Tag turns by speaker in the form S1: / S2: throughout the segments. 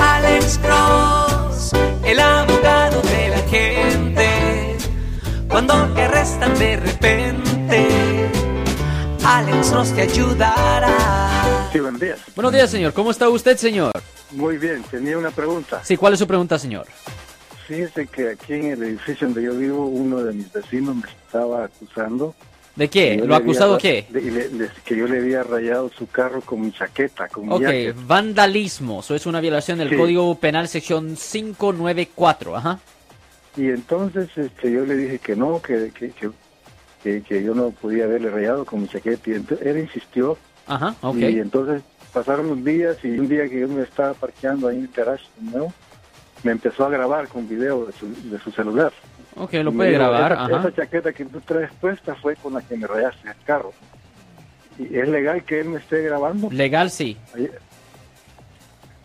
S1: Alex Cross, el abogado de la gente. Cuando te arrestan de repente, Alex Cross te ayudará.
S2: Sí, buenos días.
S3: Buenos días, señor. ¿Cómo está usted, señor?
S2: Muy bien, tenía una pregunta.
S3: Sí, ¿cuál es su pregunta, señor?
S2: Fíjese que aquí en el edificio donde yo vivo, uno de mis vecinos me estaba acusando.
S3: ¿De
S2: que
S3: qué?
S2: yo
S3: ¿Lo ha
S2: le había
S3: acusado
S2: ra-
S3: qué?
S2: de- le- le- que yo le había rayado su carro con mi chaqueta, con mi
S3: Ok,
S2: jacket.
S3: vandalismo. Eso es una violación del
S2: Sí.
S3: Código Penal, sección 594. Ajá.
S2: Y entonces este, yo le dije que no, que, que, que, que- que yo no podía haberle rayado con mi chaqueta. Y ento- él insistió.
S3: Ajá, ok.
S2: Y entonces pasaron los días y un día que yo me estaba parqueando ahí en el garage de nuevo, me empezó a grabar con video de su, de su celular.
S3: Ok, lo
S2: Y me
S3: puede
S2: dijo,
S3: grabar.
S2: Esa,
S3: Ajá.
S2: esa chaqueta que tú traes puesta fue con la que me rayaste el carro. ¿Y es legal que él me esté grabando?
S3: Legal, sí.
S2: Ahí-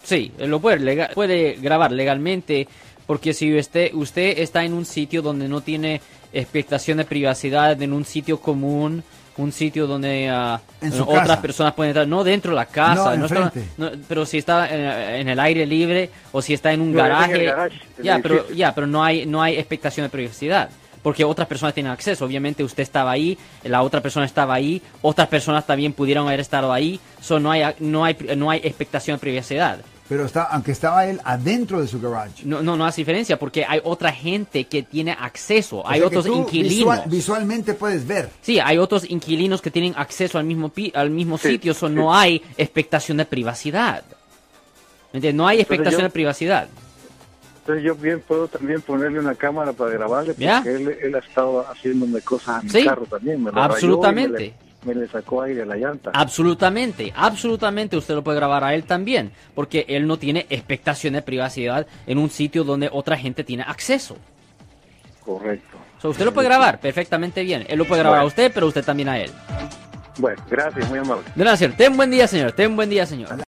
S3: Sí, eh, lo puede, lega- puede grabar legalmente, porque si usted, usted está en un sitio donde no tiene expectación de privacidad, en un sitio común, un sitio donde ah,
S4: En
S3: bueno,
S4: su
S3: otras
S4: casa.
S3: personas pueden entrar, no dentro de la casa,
S4: No,
S3: está-
S4: enfrente.
S3: no, pero si está eh, en, en el aire libre o si está en un
S2: No, es en el
S3: garaje,
S2: garage,
S3: ya,
S2: el
S3: pero
S2: edificio.
S3: ya, pero no hay no hay expectación de privacidad. Porque otras personas tienen acceso. Obviamente usted estaba ahí, la otra persona estaba ahí, otras personas también pudieron haber estado ahí. So no hay no hay no hay expectación de privacidad.
S4: Pero está, aunque estaba él adentro de su garage.
S3: No, no, no hace diferencia porque hay otra gente que tiene acceso,
S4: O
S3: hay
S4: sea que
S3: otros
S4: tú
S3: inquilinos.
S4: visual- visualmente puedes ver.
S3: Sí, hay otros inquilinos que tienen acceso al mismo pi- al mismo
S2: Sí,
S3: sitio, so
S2: sí.
S3: no hay expectación de privacidad. ¿Me entiendes? No hay
S2: Entonces
S3: expectación
S2: yo-
S3: de privacidad.
S2: Entonces yo bien puedo también ponerle una cámara para grabarle porque
S3: Ya.
S2: él, él ha estado haciéndome cosas a mi
S3: Sí,
S2: carro también. Me lo
S3: absolutamente.
S2: rayó
S3: Ah.
S2: y Me le, me le sacó aire a la llanta.
S3: Absolutamente, absolutamente usted lo puede grabar a él también, porque él no tiene expectación de privacidad en un sitio donde otra gente tiene acceso.
S2: Correcto.
S3: So, usted lo puede grabar perfectamente bien. Él lo puede grabar a
S2: Bueno.
S3: usted, pero usted también a él.
S2: Bueno, gracias, muy amable.
S3: De nada, señor. Ten buen día, señor. Ten buen día, señor.